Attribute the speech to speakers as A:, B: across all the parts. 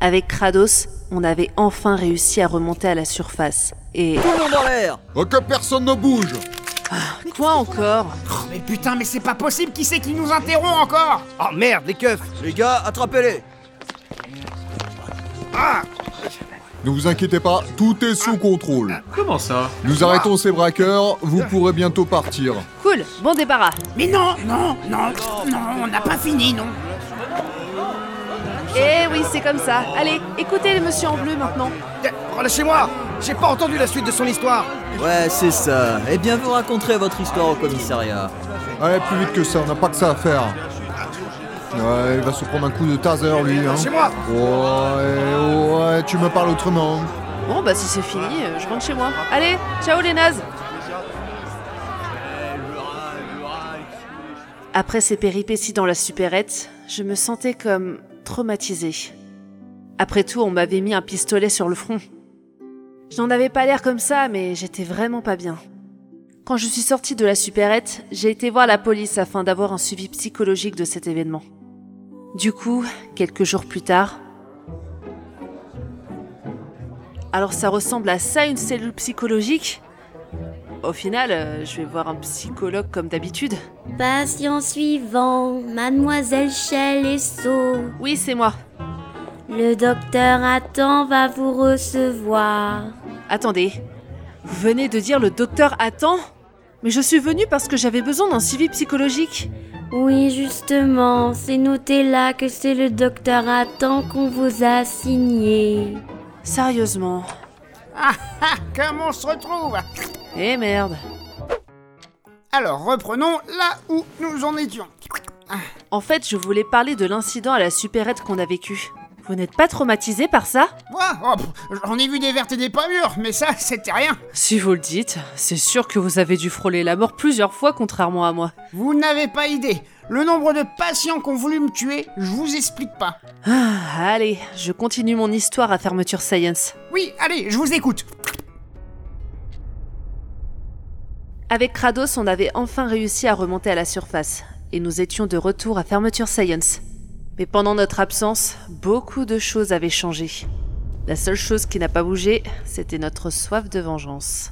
A: Avec Kratos, on avait enfin réussi à remonter à la surface. Et.
B: Tout le monde en l'air
C: Oh, que personne ne bouge
A: Quoi encore
D: Oh, mais putain, mais c'est pas possible, qui c'est qui nous interrompt encore Oh merde, les keufs
B: Les gars, attrapez-les
C: Ne vous inquiétez pas, tout est sous contrôle.
E: Comment ça
C: Nous arrêtons ces braqueurs, vous pourrez bientôt partir.
A: Cool, bon débarras.
D: Mais non, non, non, non, on n'a pas fini, non
A: Eh oui, c'est comme ça. Allez, écoutez le monsieur en bleu maintenant.
D: Eh, Relâchez-moi J'ai pas entendu la suite de son histoire
B: Ouais, c'est ça. Eh bien, vous raconterez votre histoire au commissariat.
C: Allez, plus vite que ça, on n'a pas que ça à faire. Ouais, il va se prendre un coup de taser, lui. Hein.
D: Relâchez-moi
C: Ouais, ouais, tu me parles autrement.
A: Bon, bah si c'est fini, euh, je rentre chez moi. Allez, ciao les nazes Après ces péripéties dans la supérette, je me sentais comme traumatisée. Après tout, on m'avait mis un pistolet sur le front. Je n'en avais pas l'air comme ça, mais j'étais vraiment pas bien. Quand je suis sortie de la supérette, j'ai été voir la police afin d'avoir un suivi psychologique de cet événement. Du coup, quelques jours plus tard, alors ça ressemble à ça une cellule psychologique Au final, euh, je vais voir un psychologue comme d'habitude.
F: Patient suivant, mademoiselle Shell est sauve.
A: Oui, c'est moi.
F: Le docteur attend, va vous recevoir.
A: Attendez. Vous venez de dire le docteur attend Mais je suis venue parce que j'avais besoin d'un suivi psychologique.
F: Oui, justement, c'est noté là que c'est le docteur attend qu'on vous a signé.
A: Sérieusement.
D: Ah ah, comme on se retrouve
A: Eh merde.
D: Alors reprenons là où nous en étions. Ah,
A: En fait, je voulais parler de l'incident à la supérette qu'on a vécu. Vous n'êtes pas traumatisé par ça
D: Moi oh, pff, J'en ai vu des vertes et des pas mûres, mais ça, c'était rien
A: Si vous le dites, c'est sûr que vous avez dû frôler la mort plusieurs fois contrairement à moi.
D: Vous n'avez pas idée Le nombre de patients qu'ont voulu me tuer, je vous explique pas.
A: Ah, allez, je continue mon histoire à Fermeture Science.
D: Oui, allez, je vous écoute.
A: Avec Kratos, on avait enfin réussi à remonter à la surface, et nous étions de retour à Fermeture Science. Mais pendant notre absence, beaucoup de choses avaient changé. La seule chose qui n'a pas bougé, c'était notre soif de vengeance.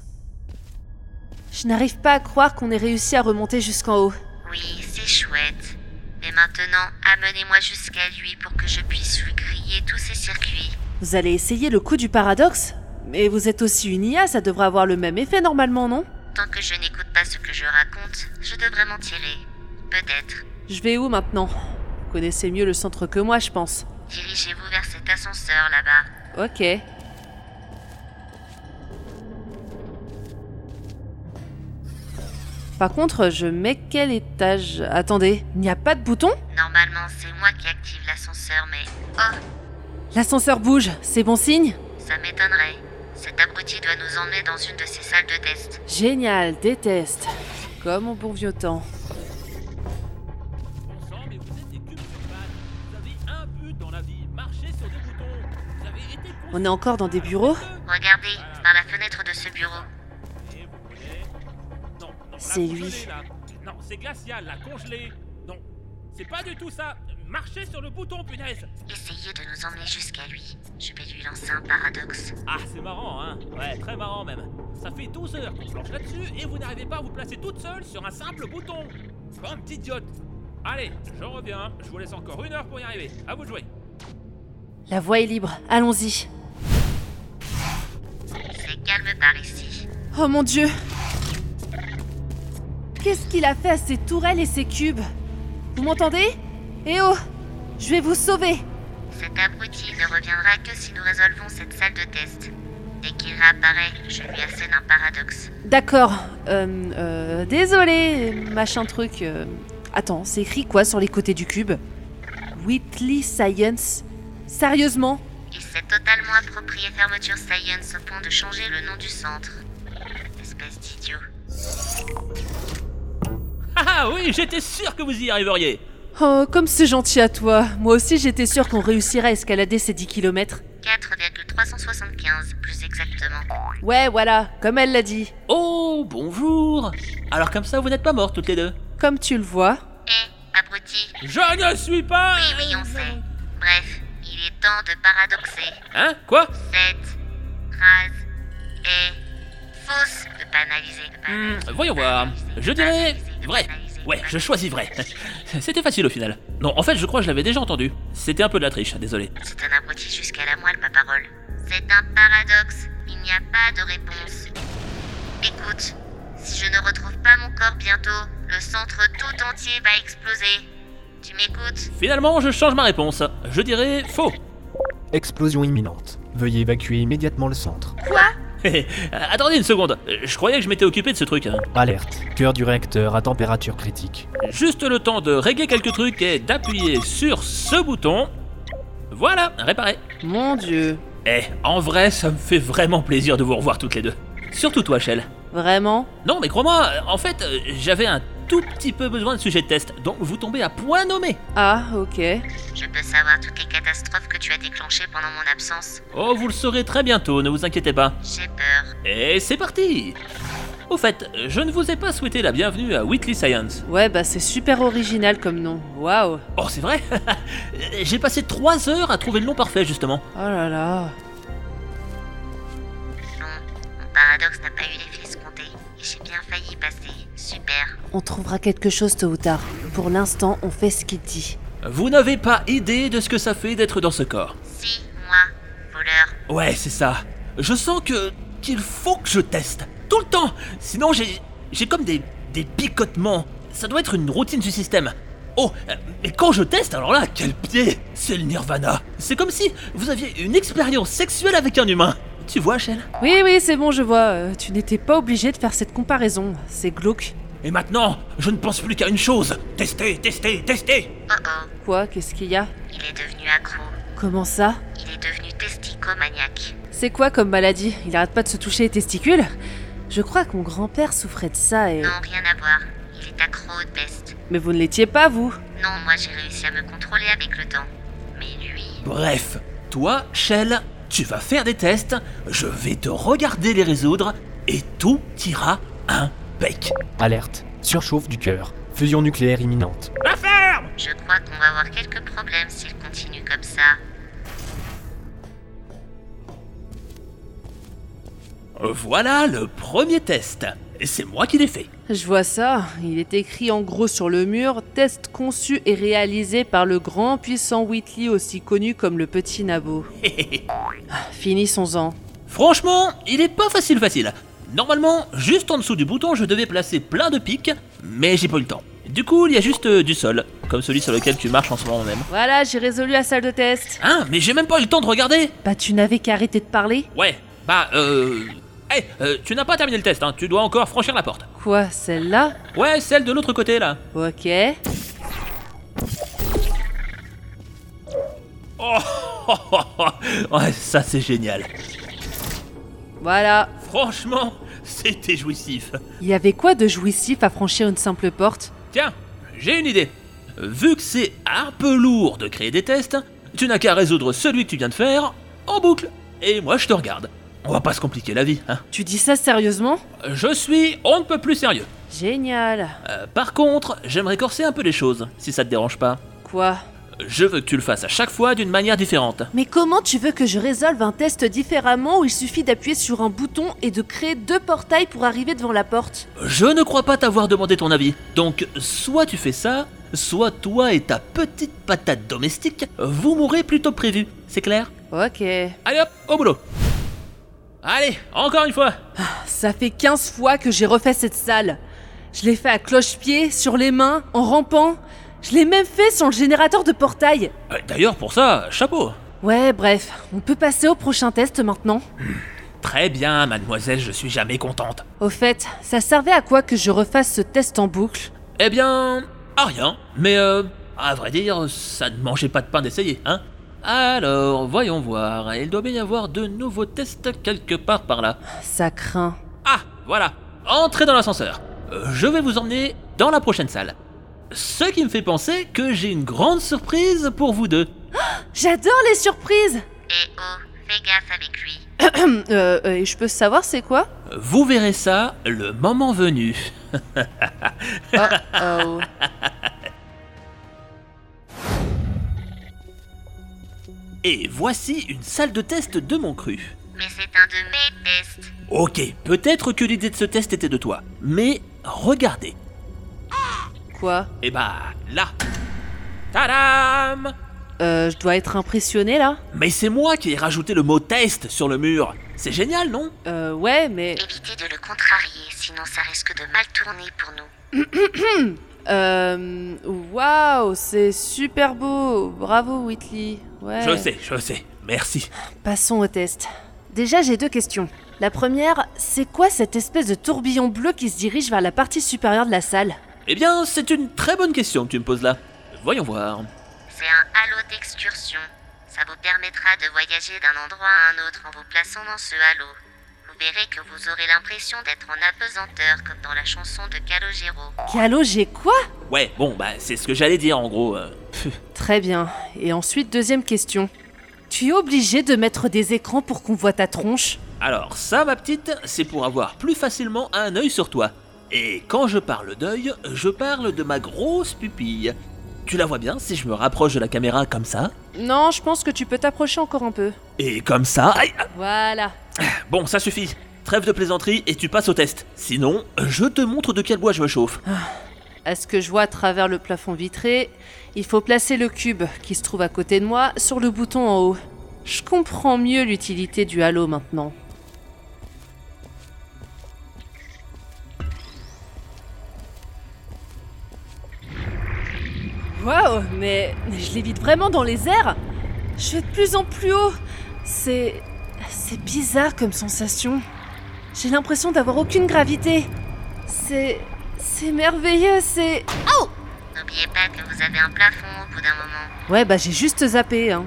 A: Je n'arrive pas à croire qu'on ait réussi à remonter jusqu'en haut.
G: Oui, c'est chouette. Mais maintenant, amenez-moi jusqu'à lui pour que je puisse lui griller tous ses circuits.
A: Vous allez essayer le coup du paradoxe Mais vous êtes aussi une IA, ça devrait avoir le même effet normalement, non
G: Tant que je n'écoute pas ce que je raconte, je devrais m'en tirer. Peut-être.
A: Je vais où maintenant Vous connaissez mieux le centre que moi, je pense.
G: Dirigez-vous vers cet ascenseur là-bas.
A: Ok. Par contre, je mets quel étage Attendez, il n'y a pas de bouton
G: Normalement, c'est moi qui active l'ascenseur, mais oh,
A: L'ascenseur bouge, c'est bon signe
G: ça m'étonnerait. Cet abruti doit nous emmener dans une de ces salles de test.
A: Génial, déteste. Comme au bon vieux temps.
H: ensemble et vous êtes des cubes sur pattes. Vous avez un but dans la vie, marcher sur des boutons. Vous avez été
A: On est encore dans des bureaux
G: Regardez, par la fenêtre de ce bureau.
H: Non, non,
A: C'est
H: la
A: lui.
H: congelée, là. Non, c'est glacial, la congelée. Non, c'est pas du tout ça. Marchez sur le bouton, punaise.
G: Essayez de nous emmener jusqu'à lui. Je vais lui lancer un paradoxe.
H: Ah, c'est marrant, hein. Ouais, très marrant même. Ça fait 12 heures qu'on planche là-dessus et vous n'arrivez pas à vous placer toute seule sur un simple bouton. Bande d'idiotes. Allez, je reviens. Je vous laisse encore une heure pour y arriver. À vous de jouer.
A: La voie est libre, allons-y.
G: C'est calme par ici.
A: Oh mon dieu Qu'est-ce qu'il a fait à ces tourelles et ces cubes Vous m'entendez Eh oh Je vais vous sauver
G: Cet abruti ne reviendra que si nous résolvons cette salle de test. Dès qu'il réapparaît, je lui assène un paradoxe.
A: D'accord. Euh, euh, désolé, machin truc. euh. Attends, c'est écrit quoi sur les côtés du cube Whitley Science Sérieusement
G: Il s'est totalement approprié Fermeture Science au point de changer le nom du centre. Espèce d'idiot.
H: Ah ah, oui, j'étais sûr que vous y arriveriez.
A: Oh, comme c'est gentil à toi. Moi aussi, j'étais sûre qu'on réussirait à escalader ces 10 km.
G: 4,375 plus exactement.
A: Ouais, voilà, comme elle l'a dit.
H: Oh, bonjour Alors comme ça, vous n'êtes pas morts toutes les deux
A: Comme tu le vois.
G: Eh, abruti
H: Je ne suis pas euh,
G: Oui, oui, on sait. Bref, il est temps de paradoxer.
I: Hein Quoi
G: Cette phrase est fausse de banaliser. de
I: Hmm,
G: banaliser,
I: Voyons voir.
G: banaliser,
I: Je dirais
G: banaliser,
I: vrai.
G: banaliser,
I: Ouais, je
G: banaliser.
I: choisis vrai. C'était facile au final. Non, en fait, je crois que je l'avais déjà entendu. C'était un peu de la triche, désolé.
G: C'est un abruti jusqu'à la moelle, ma parole. C'est un paradoxe. Il n'y a pas de réponse. Écoute, si je ne retrouve pas mon corps bientôt, le centre tout entier va exploser. Tu m'écoutes
I: Finalement, je change ma réponse. Je dirais faux.
E: Explosion imminente. Veuillez évacuer immédiatement le centre.
I: Attendez une seconde. Je croyais que je m'étais occupé de ce truc. hein.
E: Alerte. Cœur du réacteur à température critique.
I: Juste le temps de régler quelques trucs et d'appuyer sur ce bouton. Voilà, réparé.
A: Mon Dieu.
I: Eh, en vrai, ça me fait vraiment plaisir de vous revoir toutes les deux. Surtout toi, Shell.
A: Vraiment
I: Non, mais crois-moi, en fait, euh, j'avais un tout petit peu besoin de sujet de test, donc vous tombez à point nommé.
A: Ah, ok.
G: Je peux savoir toutes les catastrophes que tu as déclenchées pendant mon absence.
I: Oh, vous le saurez très bientôt, ne vous inquiétez pas.
G: J'ai peur.
I: Et c'est parti Au fait, je ne vous ai pas souhaité la bienvenue à Whitley Science.
A: Ouais, bah c'est super original comme nom. Waouh.
I: Oh, c'est vrai J'ai passé 3 heures à trouver le nom parfait, justement.
A: Oh là là.
G: Non, mon paradoxe n'a pas eu l'effet escompté. Et j'ai bien failli y passer. Super.
A: On trouvera quelque chose tôt ou tard. Pour l'instant, on fait ce qu'il dit.
I: Vous n'avez pas idée de ce que ça fait d'être dans ce corps.
G: Si, moi, voleur,
I: Ouais, c'est ça. Je sens que qu'il faut que je teste tout le temps. Sinon, j'ai j'ai comme des des picotements. Ça doit être une routine du système. Oh, euh, mais quand je teste, alors là, quel pied C'est le nirvana. C'est comme si vous aviez une expérience sexuelle avec un humain. Tu vois, Shell
A: Oui, oui, c'est bon, je vois. Euh, tu n'étais pas obligé de faire cette comparaison. C'est glauque.
I: Et maintenant, je ne pense plus qu'à une chose. Tester, tester, tester.
A: Quoi Qu'est-ce qu'il y a
G: Oh, il est devenu accro.
A: Comment ça
G: Il est devenu testicomaniaque.
A: C'est quoi comme maladie Il arrête pas de se toucher les testicules Je crois que mon grand-père souffrait de ça et...
G: Non, rien à voir. Il est accro au test.
A: Mais vous ne l'étiez pas, vous
G: Non, moi j'ai réussi à me contrôler avec le temps. Mais lui,
I: Bref, toi, Shell, tu vas faire des tests, je vais te regarder les résoudre et tout ira un bec.
E: Alerte. Surchauffe du cœur. Fusion nucléaire imminente.
I: La ferme
G: je crois qu'on va avoir quelques problèmes s'il continue comme ça.
I: Voilà le premier test. C'est moi qui l'ai fait.
A: Je vois ça. Il est écrit en gros sur le mur « Test conçu et réalisé par le grand puissant Whitley, aussi connu comme le petit Nabo. » Finissons-en.
I: Franchement, il est pas facile facile. Normalement, juste en dessous du bouton, je devais placer plein de pics, mais j'ai pas eu le temps. Du coup, il y a juste euh, du sol, comme celui sur lequel tu marches en ce moment même.
A: Voilà, j'ai résolu la salle de test.
I: Hein, mais j'ai même pas eu le temps de regarder
A: Bah tu n'avais qu'à arrêter de parler
I: Ouais, bah, euh... Eh, euh, tu n'as pas terminé le test, hein, tu dois encore franchir la porte.
A: Quoi, celle-là
I: Ouais, celle de l'autre côté, là.
A: Ok.
I: Oh, ouais, ça c'est génial.
A: Voilà.
I: Franchement, c'était jouissif.
A: Il y avait quoi de jouissif à franchir une simple porte
I: Tiens, j'ai une idée. Vu que c'est un peu lourd de créer des tests, tu n'as qu'à résoudre celui que tu viens de faire en boucle. Et moi, je te regarde. On va pas se compliquer la vie, hein.
A: Tu dis ça sérieusement
I: Je suis on ne peut plus sérieux.
A: Génial.
I: Euh, par contre, j'aimerais corser un peu les choses, si ça te dérange pas.
A: Quoi
I: Je veux que tu le fasses à chaque fois d'une manière différente.
A: Mais comment tu veux que je résolve un test différemment où il suffit d'appuyer sur un bouton et de créer deux portails pour arriver devant la porte
I: Je ne crois pas t'avoir demandé ton avis. Donc, soit tu fais ça, soit toi et ta petite patate domestique, vous mourrez plus tôt que prévu. C'est clair
A: Ok.
I: Allez hop, au boulot Allez, encore une fois
A: Ça fait 15 fois que j'ai refait cette salle. Je l'ai fait à cloche-pied, sur les mains, en rampant. Je l'ai même fait sans le générateur de portail.
I: Euh, D'ailleurs, pour ça, chapeau
A: Ouais, bref, on peut passer au prochain test maintenant.
I: Très bien, mademoiselle, je suis jamais contente.
A: Au fait, ça servait à quoi que je refasse ce test en boucle
I: Eh bien, à rien. Mais, euh, à vrai dire, ça ne mangeait pas de pain d'essayer, hein Alors, voyons voir. Il doit bien y avoir de nouveaux tests quelque part par là.
A: Ça craint.
I: Ah, voilà. Entrez dans l'ascenseur. Euh, Je vais vous emmener dans la prochaine salle. Ce qui me fait penser que j'ai une grande surprise pour vous deux.
A: J'adore les surprises
G: Eh oh, fais gaffe avec lui.
A: Hum, euh, euh, je peux savoir c'est quoi
I: Vous verrez ça le moment venu.
A: Oh, oh.
I: Et voici une salle de test de mon cru.
G: Mais c'est un de mes tests.
I: Ok, peut-être que l'idée de ce test était de toi, mais regardez.
A: Quoi
I: Et bah là.
H: Tadam
A: Euh, je dois être impressionnée là
I: Mais c'est moi qui ai rajouté le mot test sur le mur. C'est génial, non
A: Euh, ouais, mais.
G: Évitez de le contrarier, sinon ça risque de mal tourner pour nous.
A: Euh. Waouh, c'est super beau Bravo, Whitley. Ouais.
I: Je sais, je sais. Merci.
A: Passons au test. Déjà, j'ai deux questions. La première, c'est quoi cette espèce de tourbillon bleu qui se dirige vers la partie supérieure de la salle
I: Eh bien, c'est une très bonne question que tu me poses là. Voyons voir.
G: C'est un halo d'excursion. Ça vous permettra de voyager d'un endroit à un autre en vous plaçant dans ce halo. Vous verrez que vous aurez l'impression d'être en apesanteur comme dans la chanson de Calogero.
A: Calo, j'ai quoi
I: Ouais, bon, bah c'est ce que j'allais dire en gros. euh.
A: Très bien. Et ensuite, deuxième question. Tu es obligé de mettre des écrans pour qu'on voit ta tronche
I: Alors ça, ma petite, c'est pour avoir plus facilement un œil sur toi. Et quand je parle d'œil, je parle de ma grosse pupille. Tu la vois bien si je me rapproche de la caméra comme ça
A: Non, je pense que tu peux t'approcher encore un peu.
I: Et comme ça Aïe, ah,
A: Voilà.
I: Bon, ça suffit. Trêve de plaisanterie et tu passes au test. Sinon, je te montre de quel bois je me chauffe.
A: À ce que je vois à travers le plafond vitré, il faut placer le cube qui se trouve à côté de moi sur le bouton en haut. Je comprends mieux l'utilité du halo maintenant. Waouh, mais mais je l'évite vraiment dans les airs Je vais de plus en plus haut C'est. C'est bizarre comme sensation. J'ai l'impression d'avoir aucune gravité. C'est. C'est merveilleux, c'est.
G: N'oubliez pas que vous avez un plafond au bout d'un moment.
A: Ouais, bah j'ai juste zappé, hein.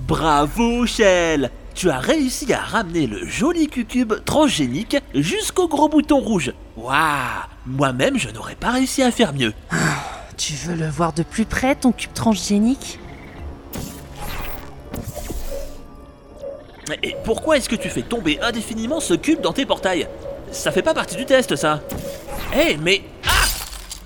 I: Bravo, Shell Tu as réussi à ramener le joli cucube transgénique jusqu'au gros bouton rouge. Waouh Moi-même, je n'aurais pas réussi à faire mieux.
A: Tu veux le voir de plus près, ton cube transgénique
I: Et pourquoi est-ce que tu fais tomber indéfiniment ce cube dans tes portails Ça fait pas partie du test, ça. Eh, mais... Ah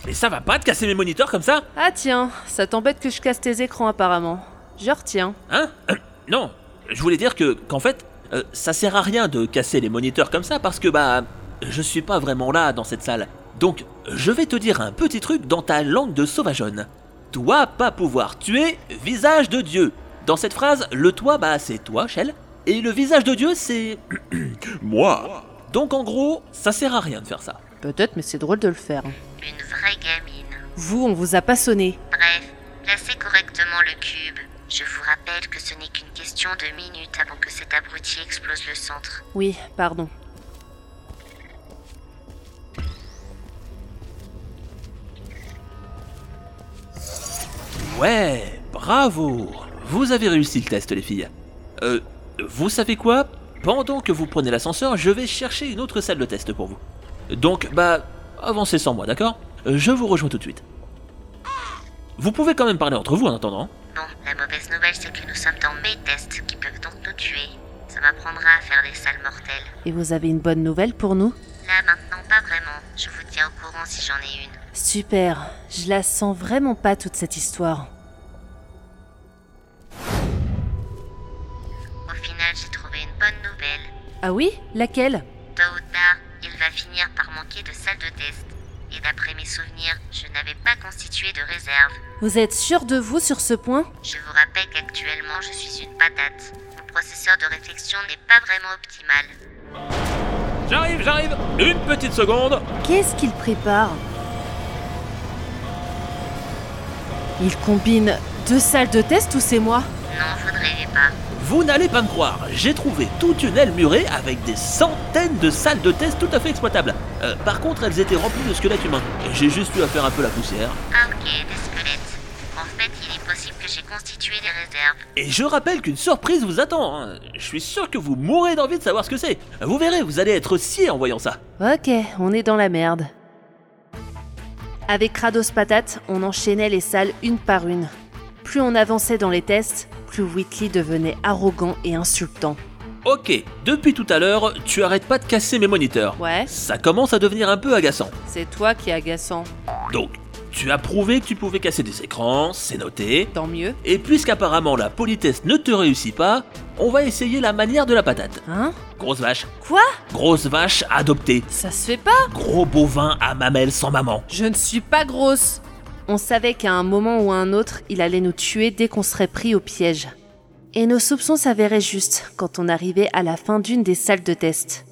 I: Mais ça va pas de casser mes moniteurs comme ça
A: Ah tiens, ça t'embête que je casse tes écrans apparemment. Je retiens.
I: Hein Euh, Non, je voulais dire que qu'en fait, euh, ça sert à rien de casser les moniteurs comme ça parce que bah je suis pas vraiment là dans cette salle. Donc, je vais te dire un petit truc dans ta langue de sauvageonne. Toi pas pouvoir tuer visage de Dieu. Dans cette phrase, le toi bah c'est toi, Shell, et le visage de Dieu c'est moi. Donc en gros, ça sert à rien de faire ça.
A: Peut-être, mais c'est drôle de le faire.
G: Une vraie gamine.
A: Vous, on vous a pas sonné.
G: Bref, placez correctement le cube. Je vous rappelle que ce n'est qu'une question de minutes avant que cet abruti explose le centre.
A: Oui, pardon.
I: Ouais, bravo Vous avez réussi le test, les filles. Euh, vous savez quoi Pendant que vous prenez l'ascenseur, je vais chercher une autre salle de test pour vous. Donc, bah, avancez sans moi, d'accord Euh, Je vous rejoins tout de suite. Vous pouvez quand même parler entre vous en attendant.
G: Bon, la mauvaise nouvelle, c'est que nous sommes dans mes tests qui peuvent donc nous tuer. Ça m'apprendra à faire des salles mortelles.
A: Et vous avez une bonne nouvelle pour nous
G: Là maintenant, pas vraiment. Je vous tiens au courant si j'en ai une.
A: Super, je la sens vraiment pas toute cette histoire.
G: Au final, j'ai trouvé une bonne nouvelle.
A: Ah oui Laquelle
G: Tôt ou tard, il va finir par manquer de salle de test. Et d'après mes souvenirs, je n'avais pas constitué de réserve.
A: Vous êtes sûr de vous sur ce point
G: Je vous rappelle qu'actuellement, je suis une patate. Mon processeur de réflexion n'est pas vraiment optimal.
H: J'arrive, j'arrive Une petite seconde
A: Qu'est-ce qu'il prépare Il combine deux salles de test ou c'est moi
G: Non, vous ne rêvez pas.
I: Vous n'allez pas me croire, j'ai trouvé toute une aile murée avec des centaines de salles de test tout à fait exploitables. Euh, par contre, elles étaient remplies de squelettes humains. J'ai juste eu à faire un peu la poussière.
G: Ah ok, des squelettes. En fait, il est possible que j'ai constitué des réserves.
I: Et je rappelle qu'une surprise vous attend. hein. Je suis sûr que vous mourrez d'envie de savoir ce que c'est. Vous verrez, vous allez être scié en voyant ça.
A: Ok, on est dans la merde. Avec Kratos Patate, on enchaînait les salles une par une. Plus on avançait dans les tests, plus Whitley devenait arrogant et insultant.
I: Ok, depuis tout à l'heure, tu arrêtes pas de casser mes moniteurs.
A: Ouais,
I: Ça commence à devenir un peu agaçant.
A: c'est toi qui es agaçant.
I: Donc, Tu as prouvé que tu pouvais casser des écrans, c'est noté.
A: Tant mieux.
I: Et puisqu'apparemment la politesse ne te réussit pas, on va essayer la manière de la patate.
A: Hein
I: Grosse vache,
A: Quoi Ah.
I: grosse vache adoptée,
A: Ça se fait pas
I: gros bovin à mamelle sans maman.
A: Je ne suis pas grosse On savait qu'à un moment ou à un autre, il allait nous tuer dès qu'on serait pris au piège. Et nos soupçons s'avéraient justes quand on arrivait à la fin d'une des salles de test.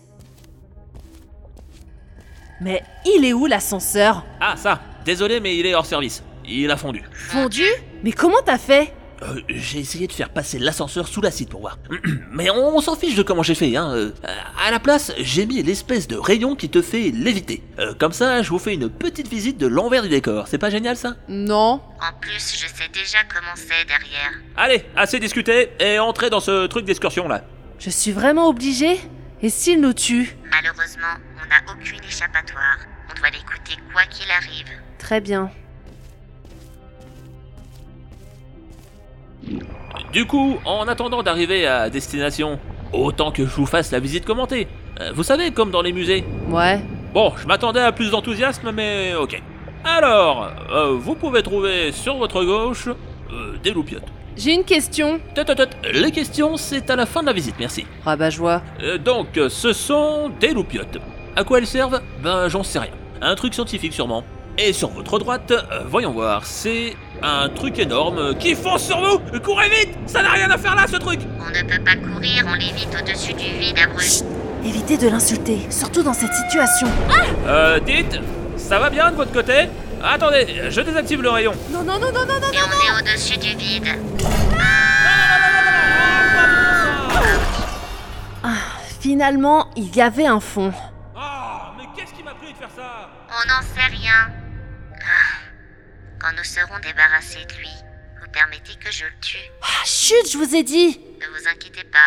A: Mais il est où l'ascenseur
I: Ah ça, désolé mais il est hors service. Il a fondu.
A: Fondu Mais comment t'as fait
I: Euh, j'ai essayé de faire passer l'ascenseur sous l'acide pour voir. Mais on, on s'en fiche de comment j'ai fait, hein. euh, à la place, j'ai mis l'espèce de rayon qui te fait léviter. Euh, comme ça, je vous fais une petite visite de l'envers du décor. C'est pas génial ça
A: Non.
G: En plus, je sais déjà comment c'est derrière.
I: Allez, assez discuté et entrez dans ce truc d'excursion là.
A: Je suis vraiment obligée Et s'il nous tue
G: Malheureusement, on n'a aucune échappatoire. On doit l'écouter quoi qu'il arrive.
A: Très bien.
I: Du coup, en attendant d'arriver à destination, autant que je vous fasse la visite commentée. Euh, vous savez, comme dans les musées.
A: Ouais.
I: Bon, je m'attendais à plus d'enthousiasme, mais ok. Alors, euh, vous pouvez trouver sur votre gauche euh, des loupiottes.
A: J'ai une question.
I: Tot, tot, tot. Les questions, c'est à la fin de la visite, merci.
A: Rabat joie.
I: Euh, donc, euh, ce sont des loupiottes. À quoi elles servent Ben, j'en sais rien. Un truc scientifique sûrement. Et sur votre droite, euh, voyons voir, c'est un truc énorme euh, qui fonce sur vous Courez vite Ça n'a rien à faire là, ce truc
G: On ne peut pas courir, on l'évite au-dessus du vide abruti.
A: Évitez de l'insulter, surtout dans cette situation.
I: Euh, dites, ça va bien de votre côté Attendez, je désactive le rayon.
A: Non, non, non, non, non, non,
G: Et on est au-dessus du vide.
A: Finalement, il y avait un fond.
H: Ah, mais qu'est-ce qui m'a pris de faire ça
G: On n'en sait rien. Ah. Quand nous serons débarrassés de lui, vous permettez que je le tue.
A: Ah, chut, je vous ai dit
G: Ne vous inquiétez pas,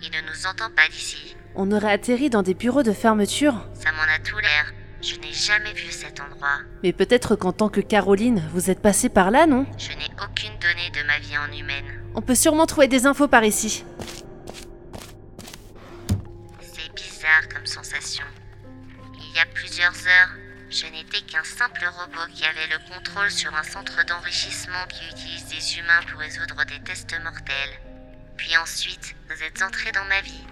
G: il ne nous entend pas d'ici.
A: On aurait atterri dans des bureaux de fermeture.
G: Ça m'en a tout l'air. Je n'ai jamais vu cet endroit.
A: Mais peut-être qu'en tant que Caroline, vous êtes passée par là, non
G: Je n'ai aucune donnée de ma vie en humaine.
A: On peut sûrement trouver des infos par ici.
G: C'est bizarre comme sensation. Il y a plusieurs heures, je n'étais qu'un simple robot qui avait le contrôle sur un centre d'enrichissement qui utilise des humains pour résoudre des tests mortels. Puis ensuite, vous êtes entré dans ma vie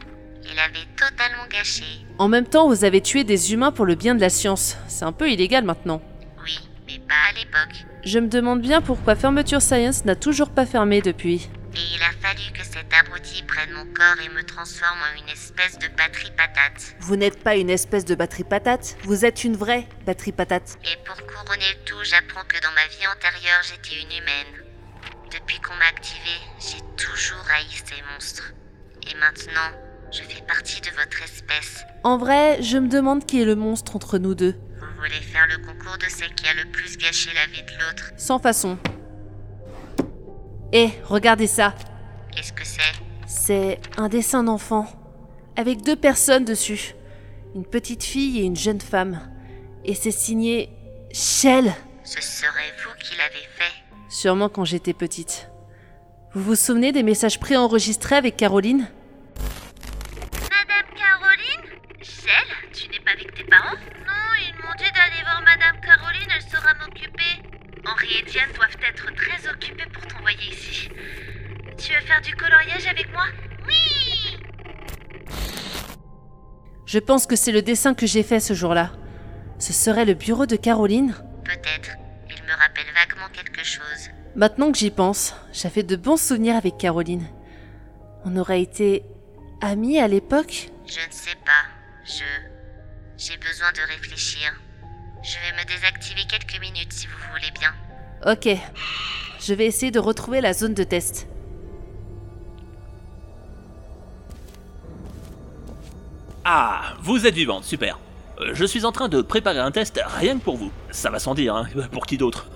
G: et l'avez totalement gâchée.
A: En même temps, vous avez tué des humains pour le bien de la science. C'est un peu illégal maintenant.
G: Oui, mais pas à l'époque.
A: Je me demande bien pourquoi Fermeture Science n'a toujours pas fermé depuis.
G: Et il a fallu que cet abruti prenne mon corps et me transforme en une espèce de batterie patate.
A: Vous n'êtes pas une espèce de batterie patate, vous êtes une vraie batterie patate.
G: Et pour couronner le tout, j'apprends que dans ma vie antérieure, j'étais une humaine. Depuis qu'on m'a activée, j'ai toujours haï ces monstres. Et maintenant, je fais partie de votre espèce.
A: En vrai, je me demande qui est le monstre entre nous deux.
G: Vous voulez faire le concours de celle qui a le plus gâché la vie de l'autre
A: Sans façon. Eh, regardez ça.
G: Qu'est-ce que c'est
A: C'est un dessin d'enfant, avec deux personnes dessus. Une petite fille et une jeune femme. Et c'est signé Shell.
G: Ce serait vous qui l'avez fait.
A: Sûrement quand j'étais petite. Vous vous souvenez des messages préenregistrés avec Caroline
G: Madame Caroline Chelle, tu n'es pas avec tes parents Non, ils m'ont dit d'aller voir Madame Caroline, elle saura m'occuper. Henri et Diane doivent être très occupés pour t'envoyer ici. Tu veux faire du coloriage avec moi Oui
A: Je pense que c'est le dessin que j'ai fait ce jour-là. Ce serait le bureau de Caroline
G: Peut-être. Il me rappelle vaguement quelque chose.
A: Maintenant que j'y pense, j'avais de bons souvenirs avec Caroline. On aurait été amis à l'époque
G: Je ne sais pas. Je. J'ai besoin de réfléchir. Je vais me désactiver quelques minutes si vous voulez bien.
A: Ok. Je vais essayer de retrouver la zone de test.
I: Ah, vous êtes vivante, super. Euh, Je suis en train de préparer un test rien que pour vous. Ça va sans dire, hein, pour qui d'autre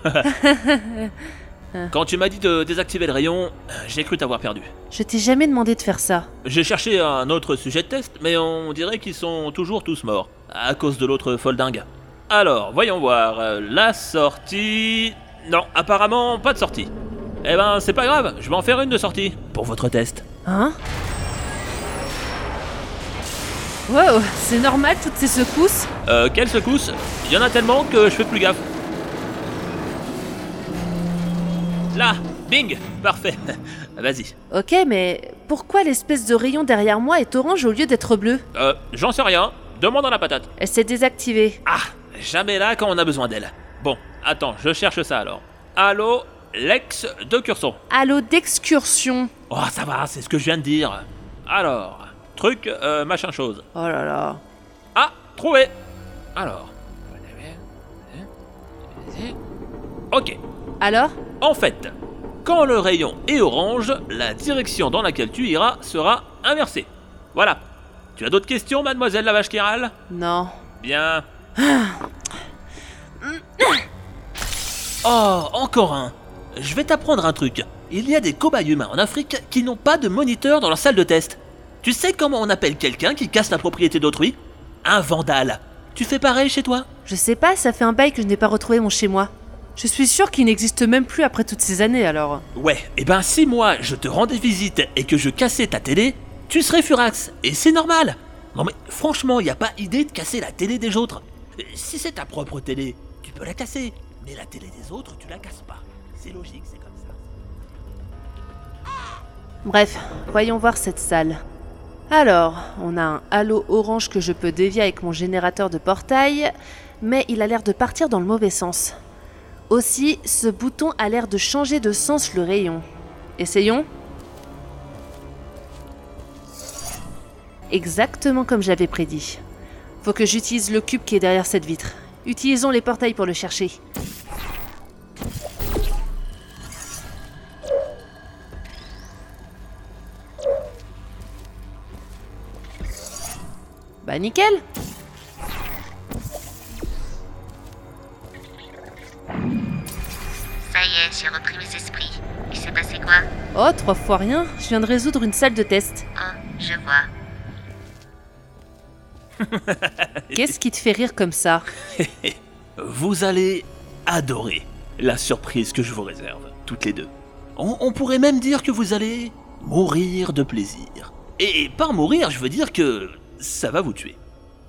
I: Quand tu m'as dit de désactiver le rayon, euh, j'ai cru t'avoir perdu.
A: Je t'ai jamais demandé de faire ça.
I: J'ai cherché un autre sujet de test, mais on dirait qu'ils sont toujours tous morts, à cause de l'autre folle dingue. Alors, voyons voir, euh, la sortie... Non, apparemment, pas de sortie. Eh ben, c'est pas grave, je vais en faire une de sortie, pour votre test.
A: Hein Wow, c'est normal toutes ces secousses
I: Euh, quelle secousse Il y en a tellement que je fais plus gaffe. Là Bing Parfait Vas-y.
A: Ok, mais pourquoi l'espèce de rayon derrière moi est orange au lieu d'être bleu
I: Euh, j'en sais rien. Demande à la patate.
A: Elle s'est désactivée.
I: Ah Jamais là quand on a besoin d'elle. Bon, attends, je cherche ça alors. Allô Lex de Curson.
A: Allô d'excursion.
I: Oh, ça va, c'est ce que je viens de dire. Alors, truc, euh, machin chose.
A: Oh là là.
I: Ah, trouvé Alors. Ok,
A: Alors
I: en fait, quand le rayon est orange, la direction dans laquelle tu iras sera inversée. Voilà. Tu as d'autres questions, mademoiselle la vache qui râle
A: Non.
I: Bien. Oh, encore un. Je vais t'apprendre un truc. Il y a des cobayes humains en Afrique qui n'ont pas de moniteur dans leur salle de test. Tu sais comment on appelle quelqu'un qui casse la propriété d'autrui Un vandale. Tu fais pareil chez toi
A: Je sais pas, ça fait un bail que je n'ai pas retrouvé mon chez moi. Je suis sûre qu'il n'existe même plus après toutes ces années alors.
I: Ouais, et ben si moi je te rendais visite et que je cassais ta télé, tu serais furax, et c'est normal. Non mais franchement, y a pas idée de casser la télé des autres. Euh, Si c'est ta propre télé, tu peux la casser, mais la télé des autres, tu la casses pas. C'est logique, c'est comme ça.
A: Bref, voyons voir cette salle. Alors, on a un halo orange que je peux dévier avec mon générateur de portail, mais il a l'air de partir dans le mauvais sens. Aussi, ce bouton a l'air de changer de sens le rayon. Essayons Exactement comme j'avais prédit. Faut que j'utilise le cube qui est derrière cette vitre. Utilisons les portails pour le chercher. Bah nickel
G: Ça y est, j'ai repris mes esprits. Il s'est passé quoi
A: Oh, trois fois rien, je viens de résoudre une salle de test.
G: Oh, je vois.
A: Qu'est-ce qui te fait rire comme ça
I: Vous allez adorer la surprise que je vous réserve, toutes les deux. On, on pourrait même dire que vous allez mourir de plaisir. Et par mourir, je veux dire que ça va vous tuer.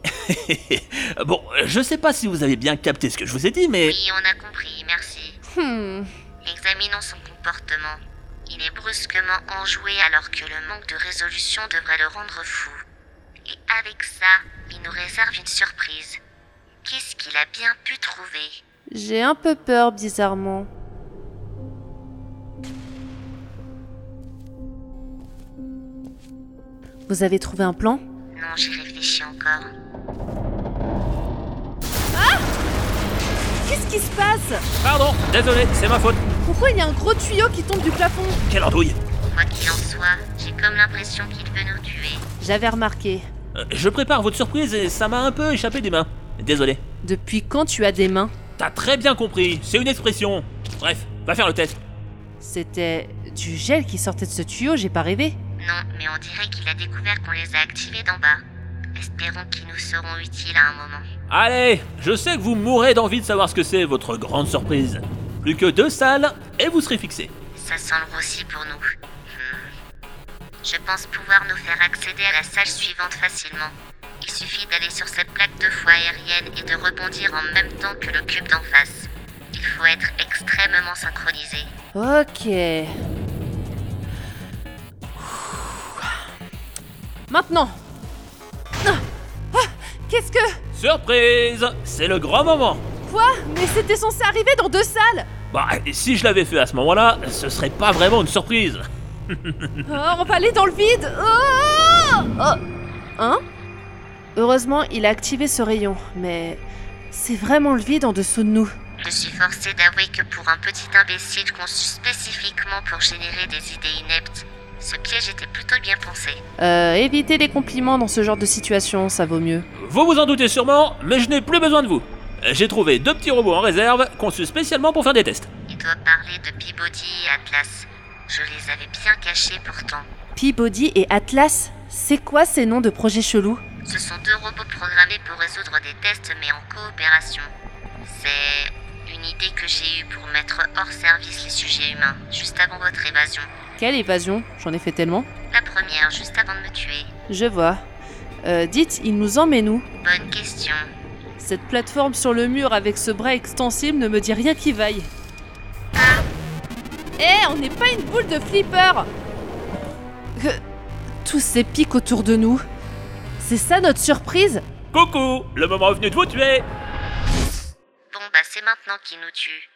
I: bon, je sais pas si vous avez bien capté ce que je vous ai dit, mais...
G: Oui, on a compris, merci.
A: Hmm.
G: Examinons son comportement. Il est brusquement enjoué alors que le manque de résolution devrait le rendre fou. Et avec ça, il nous réserve une surprise. Qu'est-ce qu'il a bien pu trouver
A: J'ai un peu peur, bizarrement. Vous avez trouvé un plan
G: Non, j'y réfléchis encore.
A: Qu'est-ce qui se passe
I: Pardon, désolé, c'est ma faute.
A: Pourquoi il y a un gros tuyau qui tombe du plafond
I: Quelle andouille
G: Quoi qu'il en soit, j'ai comme l'impression qu'il veut nous tuer.
A: J'avais remarqué.
I: Euh, Je prépare votre surprise et ça m'a un peu échappé des mains. Désolé.
A: Depuis quand tu as des mains
I: T'as très bien compris, c'est une expression. Bref, va faire le test.
A: C'était du gel qui sortait de ce tuyau, j'ai pas rêvé.
G: Non, mais on dirait qu'il a découvert qu'on les a activés d'en bas. Espérons qu'ils nous seront utiles à un moment.
I: Allez, je sais que vous mourrez d'envie de savoir ce que c'est votre grande surprise. Plus que deux salles et vous serez fixés.
G: Ça sent le grossi pour nous. Hmm. Je pense pouvoir nous faire accéder à la salle suivante facilement. Il suffit d'aller sur cette plaque de foi aérienne et de rebondir en même temps que le cube d'en face. Il faut être extrêmement synchronisé.
A: Ok. Maintenant Ah Ah Qu'est-ce que...
I: Surprise C'est le grand moment
A: Quoi Mais c'était censé arriver dans deux salles
I: Bah, et si je l'avais fait à ce moment-là, ce serait pas vraiment une surprise.
A: Oh, On va aller dans le vide Oh Oh. Hein Heureusement, il a activé ce rayon, mais... C'est vraiment le vide en dessous de nous.
G: Je suis forcé d'avouer que pour un petit imbécile conçu spécifiquement pour générer des idées ineptes, ce piège était plutôt bien pensé.
A: Euh, évitez les compliments dans ce genre de situation, ça vaut mieux.
I: Vous vous en doutez sûrement, mais je n'ai plus besoin de vous. J'ai trouvé deux petits robots en réserve conçus spécialement pour faire des tests.
G: Il doit parler de Peabody et Atlas. Je les avais bien cachés pourtant.
A: Peabody et Atlas, c'est quoi ces noms de projets chelous
G: Ce sont deux robots programmés pour résoudre des tests mais en coopération. C'est une idée que j'ai eue pour mettre hors service les sujets humains, juste avant votre évasion.
A: Quelle évasion J'en ai fait tellement.
G: La première, juste avant de me tuer.
A: Je vois. Euh, dites, il nous emmène où
G: Bonne question.
A: Cette plateforme sur le mur avec ce bras extensible ne me dit rien qui vaille.
J: Eh, on n'est pas une boule de flipper
A: Que. Tous ces pics autour de nous. C'est ça notre surprise
I: Coucou Le moment est venu de vous tuer
G: Bon bah c'est maintenant qu'il nous tue.